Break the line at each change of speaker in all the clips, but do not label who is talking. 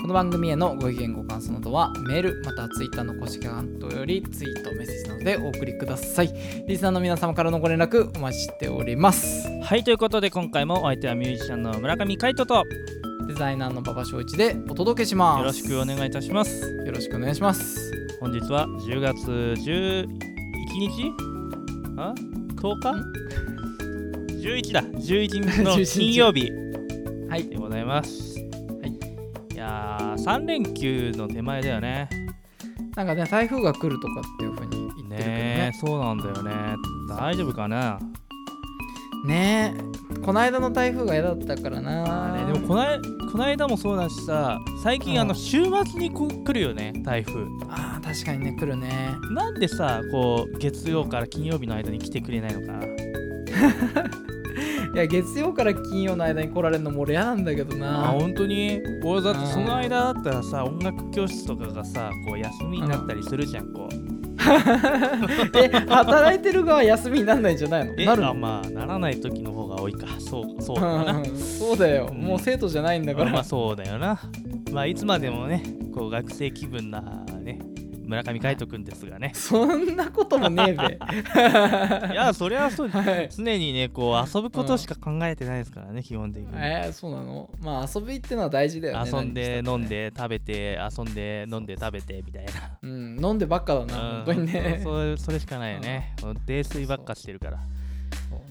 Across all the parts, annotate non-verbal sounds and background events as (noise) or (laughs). この番組へのご意見ご感想などはメールまたはツイッターの公式アカウントよりツイートメッセージなどでお送りくださいリスナーの皆様からのご連絡お待ちしております
はいということで今回もお相手はミュージシャンの村上海人とよ
デザイナーの馬場翔一でお届けします
ろしくお願いいたします
よろしくお願いします
本日は10月11日あ ?10 日 ?11 だ11日の
11日
金曜日
はい
でございます
はい
いやー3連休の手前だよね
なんかね台風が来るとかっていう風に言ってるけど
ねえそうなんだよね大丈夫かな
ねえこの間の台風が嫌だったからな
ね、でもこないこの間もそうだしさ最近あ
う
の
ん
週末にこう来るよね台風
あー確かにね来るね
なんでさこう月曜から金曜日の間に来てくれないのか
いや月曜から金曜の間に来られるのも俺嫌なんだけど
あ
な
本当に俺だって
うん
その間だったらさ音楽教室とかがさこう休みになったりするじゃんこう
え働いてる側休みになんないんじゃないの
え
なる
あ
の
まあならない時の方が多いかそうそうだな
うんうん (laughs) そうだよ、
うん
もう生徒じゃないんだから、 (laughs)
まあそうだよなまあいつまでもねこう学生気分なね村上海人君ですがね
そんなこともねえべ
いやそりゃそう
はい
常にねこう遊ぶことしか考えてないですからね、基本的に、
えー、そうなのまあ遊びってのは大事だよね
遊んで
何にしたって
飲んで食べて遊んで飲んで食べてみたいな
うん飲んでばっかだな、
うん
本当にね
そうそれしかないよねもう泥酔ばっかしてるから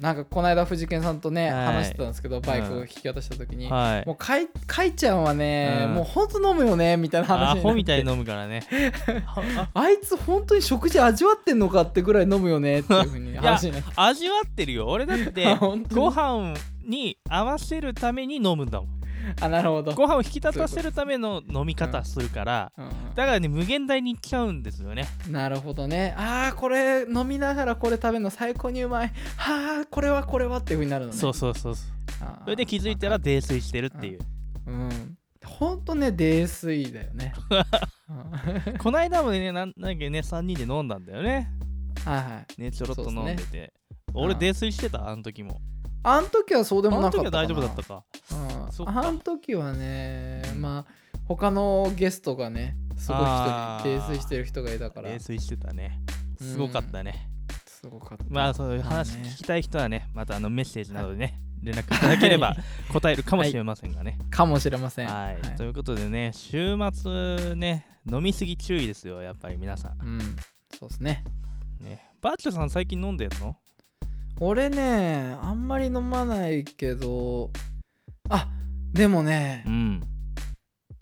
なんかこの間藤健さんとね、
はい
話してたんですけどバイクを引き渡した時に、
はい
もうかいかいちゃんはね、
うん
もうほんと飲むよねみたいな話
ア
になって
ホみたいに飲むから
(laughs)
ねあ
あいつ本当に食事味わってんのかってぐらい飲むよねっていうふうに話になって
あ味わってるよ俺だって
(laughs) あ本当に
ご飯に合わせるために飲むんだもん
あなるほど、
ご飯を引き立たせるための飲み方するから
うん
だからね無限大に行っちゃうんですよね
うんなるほどねああこれ飲みながらこれ食べるの最高にうまいはあこれはこれはっていうふうになるのね
そうそうそうそう
あー
それで気づいたら泥酔してるっていう
うんほんとね泥酔だ
(laughs)
よねうんはい
こないだもねなんなんかね3人で飲んだんだよね
はい
ねちょろっと飲んで
そう
て俺
うん
泥酔してたあの時も
あん時はそうで
あ
も
の
なか
時
っ
は
たかな
大丈夫だったかそっ
うん、
か
あの時はねまあ他のゲストがねすごい
あ
人
ー
に泥酔してる人がいたから
泥酔してたねすごかったね
すごかった
まあそういう話
まあね
聞きたい人はねまたあのメッセージなどでね連絡いただければ答えるかもしれませんがね
かもしれません
はいということでね週末ね飲みすぎ注意ですよやっぱり皆さん
うんそうですね
ねバッチョさん最近飲んでんの
俺ねあんまり飲まないけどあでもね
うん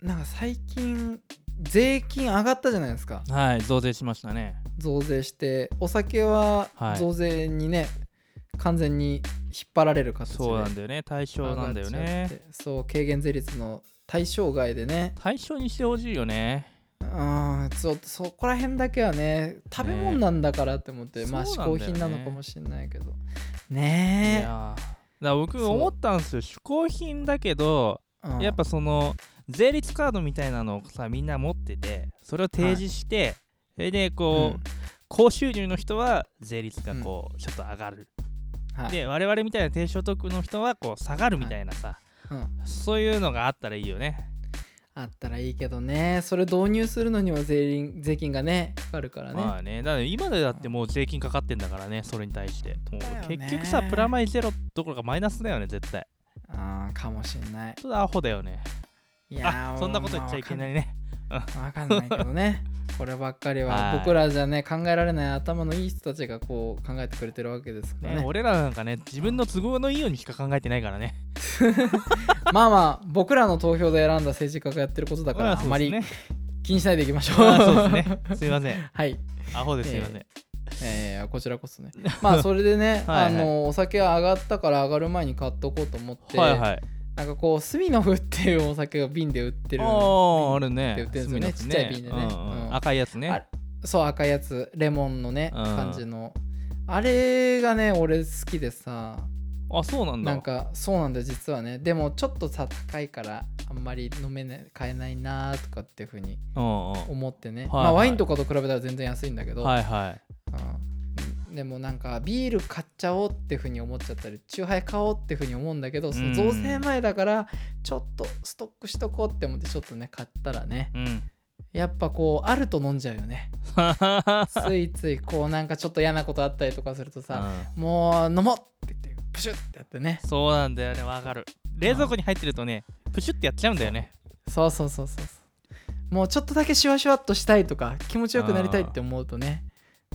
なんか最近税金上がったじゃないですか
はい増税しましたね
増税してお酒は
はい
増税にね、完全に引っ張られる形で
そうなんだよね対象なんだよね
上がっちゃってそう軽減税率の対象外でね
対象にしてほしいよね
うんそそこら辺だけはね食べ物なんだからって思って、
ね
まあ
そうなんだよ
嗜好
ね
品なのかもしれないけど
い
ね
やーだから僕
そう
思ったんですよ嗜好品だけど
え、うん
やっぱその税率カードみたいなのをさみんな持っててそれを提示して、それでこう、
うん
高収入の人は税率がこうちょっと上がる、
はい
で我々みたいな低所得の人はこう下がるみたいなさ、
うん
そういうのがあったらいいよね
あったらいいけどねそれ導入するのには税金税金がねかかるからね、
まあねだから今でだってもう税金かかってんだからねそれに対しても
だよ
う
ね
結局さプラマイゼロどころかマイナスだよね絶対
あーかもしれない
ちょっとアホだよね
いや
あ
ー
そんなこと言っちゃいけないね
わかんないわかんないけどね (laughs) こればっかり
は
はい僕らじゃね考えられない頭のいい人たちがこう考えてくれてるわけですから
ね
ね
俺らなんかね自分の都合のいいようにしか考えてないからね
まあまあ僕らの投票で選んだ政治家がやってることだから
ま
あんまり
そうですね
気にしないでいきましょう。
あそうです (laughs) ね。すいません。
(laughs) はい、
アホですいません。
えーこちらこそ
(laughs)
ね。まあそれでね
はいはい
あのお酒は上がったから上がる前に買っとこうと思って、
はいはい。
なんかこうスミノフっていうお酒が瓶で売ってる
ああ、ある
って
ね
売っ。てるんですよ
隅
ね
のやつ
ちっちゃい瓶でね
うんうん
うん
赤いやつね
あ。そう赤いやつレモンのね
うん
感じのあれがね俺好きでさ
あそうなんだ
なんかそうなんだよ実はねでもちょっとさ高いからあんまり飲めない買えないなーとかっていうふうに
うんうん
思ってね、
はい
まあ、
は
ワ
い
インとかと比べたら全然安いんだけど、
はいはい
うんでもなんかビール買っちゃおうっていうふうに思っちゃったりチューハイ買おうっていうふうに思うんだけどその造成前だからちょっとストックしとこうって思ってちょっとね買ったらね
うん (laughs)
やっぱこうあると飲んじゃうよねついついこうなんかちょっと嫌なことあったりとかするとさ、
うん
もう飲もうって言ってプシュッってやってね
そうなんだよねわかる冷蔵庫に入ってるとねプシュってやっちゃうんだよね
そうそうそうそうそうもうちょっとだけシュワシュワっとしたいとか気持ちよくなりたいって思うとね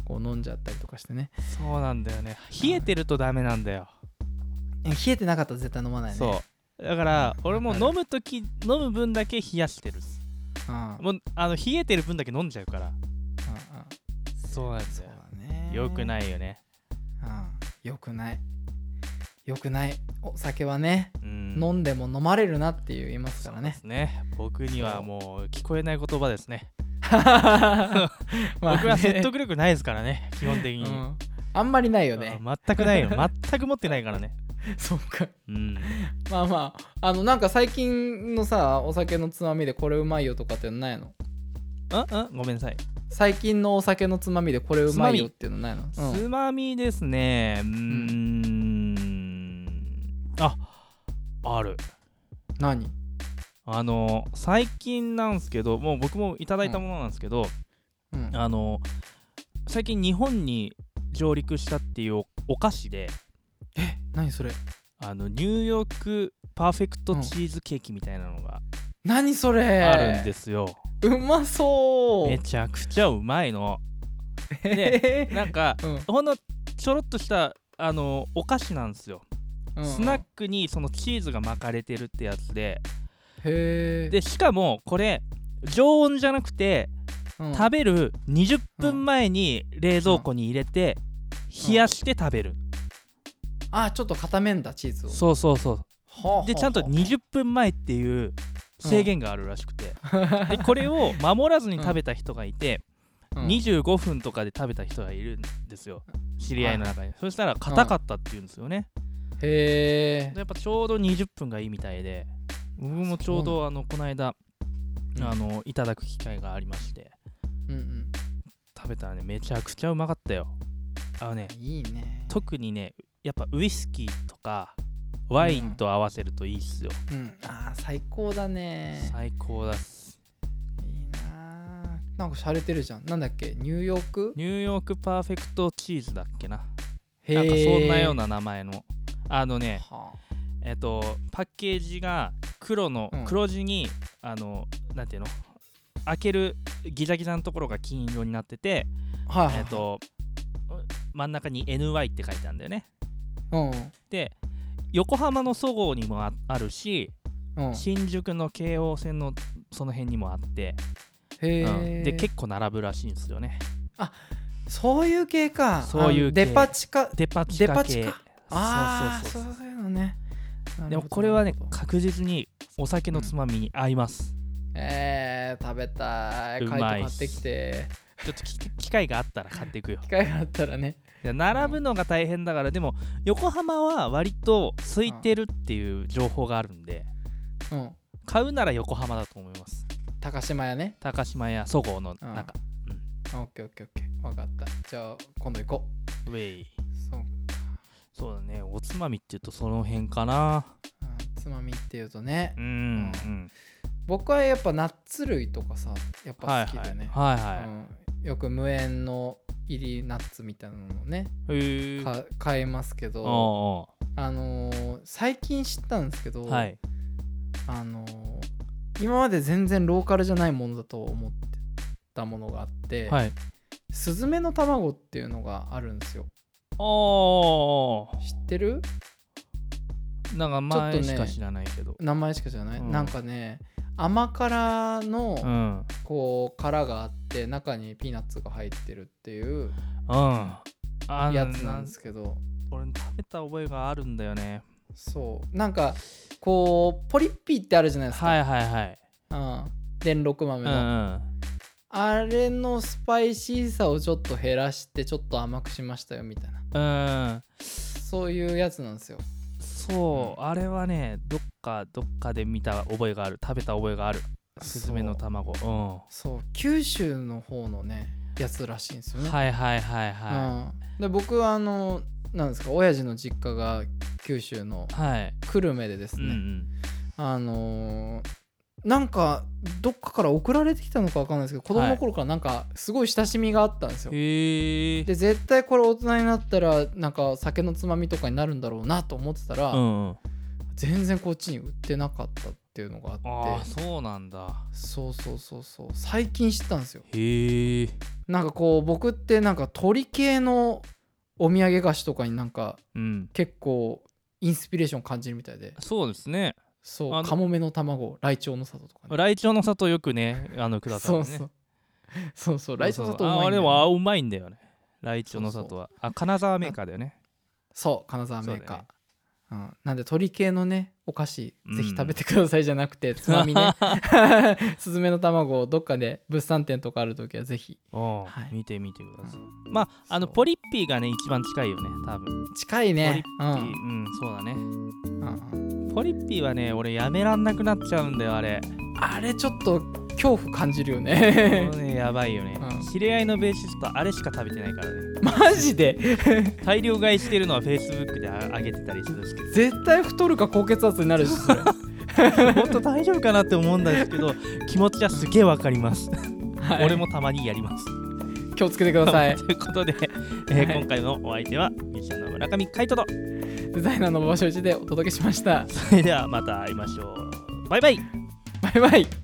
こう飲んじゃったりとかしてね
そうなんだよね冷えてるとダメなんだよ
冷えてなかったら絶対飲まないね
そうだから俺も飲む時飲む分だけ冷やしてるっす
うん、うんうん
もうあの冷えてる分だけ飲んじゃうから
うん
そうなん
そ
だ
う
よ
だね、
よくないいよね
うん、よくないよくないお酒はね、
うん
飲んでも飲まれるなって言いますから
で
ね
すね僕にはもう聞こえない言葉ですね
(laughs) まあね
僕は説得力ないですからね基本的に、
うんあんまりないよね
あ全くないよ全く持ってないからね
そうか
うん
まあまああのなんか最近のさお酒のつまみでこれうまいよとかっていうのないの
ああごめんなさい、
最近のお酒のつまみでこれうまいよっていうのないのうん
つまみですねうーんあある
何
あの最近なんですけどもう僕もいただいたものなんですけど、
うん
あの最近日本に上陸したっていうおお菓子で
え何それ
あのニューヨークパーフェクトチーズケーキみたいなのが
何それ
あるんですよ、
うまそう
めちゃくちゃうまい
(laughs)
の
えー
なんか
(laughs) うん
ほんのちょろっとしたあのお菓子なんですよ、
うん
スナックにそのチーズが巻かれてるってやつで
へえ
でしかもこれ常温じゃなくて
うん
食べる20分前に冷蔵庫に入れて冷やして食べる、
あちょっと固めんだチーズを
そうそうそう
はあはあはあ
でちゃんと20分前っていう制限があるらしくて、でこれを守らずに食べた人がいて、
うん
25分とかで食べた人がいるんですよ知り合いの中に、そしたら硬かったっていうんですよね、
へえ
でやっぱちょうど20分がいいみたいで僕もちょうどあのこの間、
うん
あのいただく機会がありまして
うんうん
食べたらねめちゃくちゃうまかったよあのね
いいね
特にねやっぱウイスキーとかワインと合わせるといいっすよ、
うんあー最高だね
最高だっす
いいなーなんか洒落てるじゃんなんだっけニューヨーク
ニューヨークパーフェクトチーズだっけな
へ
なんかそんなよう
な
な名前のあのね
は
えっとパッケージが黒の、
うん
黒地にあのなんていうの開けるギザギザのところが金色になってて、
あはいはいはい
えっと真ん中に NY って書いてあるんだよね
うん
で横浜のそごうにもああるし
うん
新宿の京王線のその辺にもあって、
へ
うん
え
で結構並ぶらしいんですよね
そういう系か
そういう
あの
系
デパ地下
デパ地下系
デパ地下ああ
そうそう
そ
そう
ういうのねなるほど
でもこれはね
なるほど
確実にお酒のつまみに合います、
えー、食べたい。
う
カイト
ま
買
いっ
っ
す
てきて、
ちょっとき機会があったら買っていくよ
機会があったらね。
いや並ぶのが大変だからでも横浜は割と空いてるっていう情報があるんで
うん。
買うなら横浜だと思います
高島屋ね。
高島やそごうの
うん
中
オッケーオッケーオッケー。わかった。じゃあ、今度行こ
ウェイ
う。そう。
そうだねおつまみっていうとその辺かな
うんつまみっていうとね
う、んうん
僕はやっぱナッツ類とかさ、やっ
はい
ぱ好き
はい
でね。
はいは
うんよく無塩の入りナッツみたいなのをね、
いへえ
か買えますけ
お
ど、
お
あのー最近知ったんですけど、
うはい
あのー今まで全然ローカルじゃないものだと思ってたものがあって、
はい
スズメの卵っていうのがあるんですよ
おお
知ってる
なんか前
ちょ
し
っと
か
ね
知らないけど
名前しかじゃない、
うん
なんかね甘辛
う
の
ん
こう殻があって中にピーナッツが入ってるっていう
うんあの
やつなんですけど
俺食べた覚えがあるんだよね
そうなんかこうポリッピーってあるじゃないですか、
はいはいはい
うん、電録豆
う
の、
んうん
あれのスパイシーさをちょっと減らしてちょっと甘くしましたよみたいな
うん
そういうやつなんですよ
そうあれはねどっかどっかで見た覚えがある食べた覚えがあるスズメの卵う
そう九州の方のねやつらしいんですよね、
んはいはいはいは
うん、で僕はあのなんですか親父の実家が九州の
いはい
久留米でです
う
ね、
ん
あのーなんかどっかから送られてきたのかわかんないですけど子供の頃からなんかすごい親しみがあったんですよ、
うんへえ
で絶対これ大人になったらなんか酒のつまみとかになるんだろうなと思ってたら、
うんうん
全然こっちに売ってなかったっていうのがあ
あ
っ
あ
て
そうなんだ
そうそうそうそう最近知ったんですよ
へえ
なんかこう僕ってなんか鳥系のお土産菓子とかになんか
うん
結構インスピレーション感じるみたいで
そうですね
そ
あ
う
の
カモメの卵ライチョウの里とかね
ライチョウの里よくねあのくださ
そ
る
う
ね
そうそうそうライチョウの里う
そう
ま
そうあ
いんだ
あれ
よね
はうまいんだよねライチョウの里はあ金沢メーカーだよね
そう金沢メー
そう
カーう、ん、なんで鳥系のねお菓子
うん
ぜひ食べてくださいじゃな
(laughs)
くて、つまみね (laughs) スズメの卵をどっかで物産展とかある時はぜひ、
おう
はい
見てみてください
うん
まああの
そう
ポリッピーがね一番近いよね多分
近いね
ポリッピーうんそうだね
うんうん
ポリッピーはね俺やめらんなくなっちゃうんだよあ
(laughs)
れ
あれちょっと恐怖感じるよ
これ (laughs)
ね
ねやばいよね
うん
知り合いのベーシストあれしか食べてないから
(laughs)
ね
マジで
大量買いしてるのは Facebook であ上げてたりするんですけど
絶対太るか高血圧になるし
(laughs)
それ
本当大丈夫かなって思うんですけど気持ちはすげえわかります、
はい
俺もたまにやります
気をつけてください
ということで、えー
はい
今回のお相手はミュージシャンの村上海人と
デザイナーの場所一でお届けしました
それではまた会いましょうバイバイ
バイバイ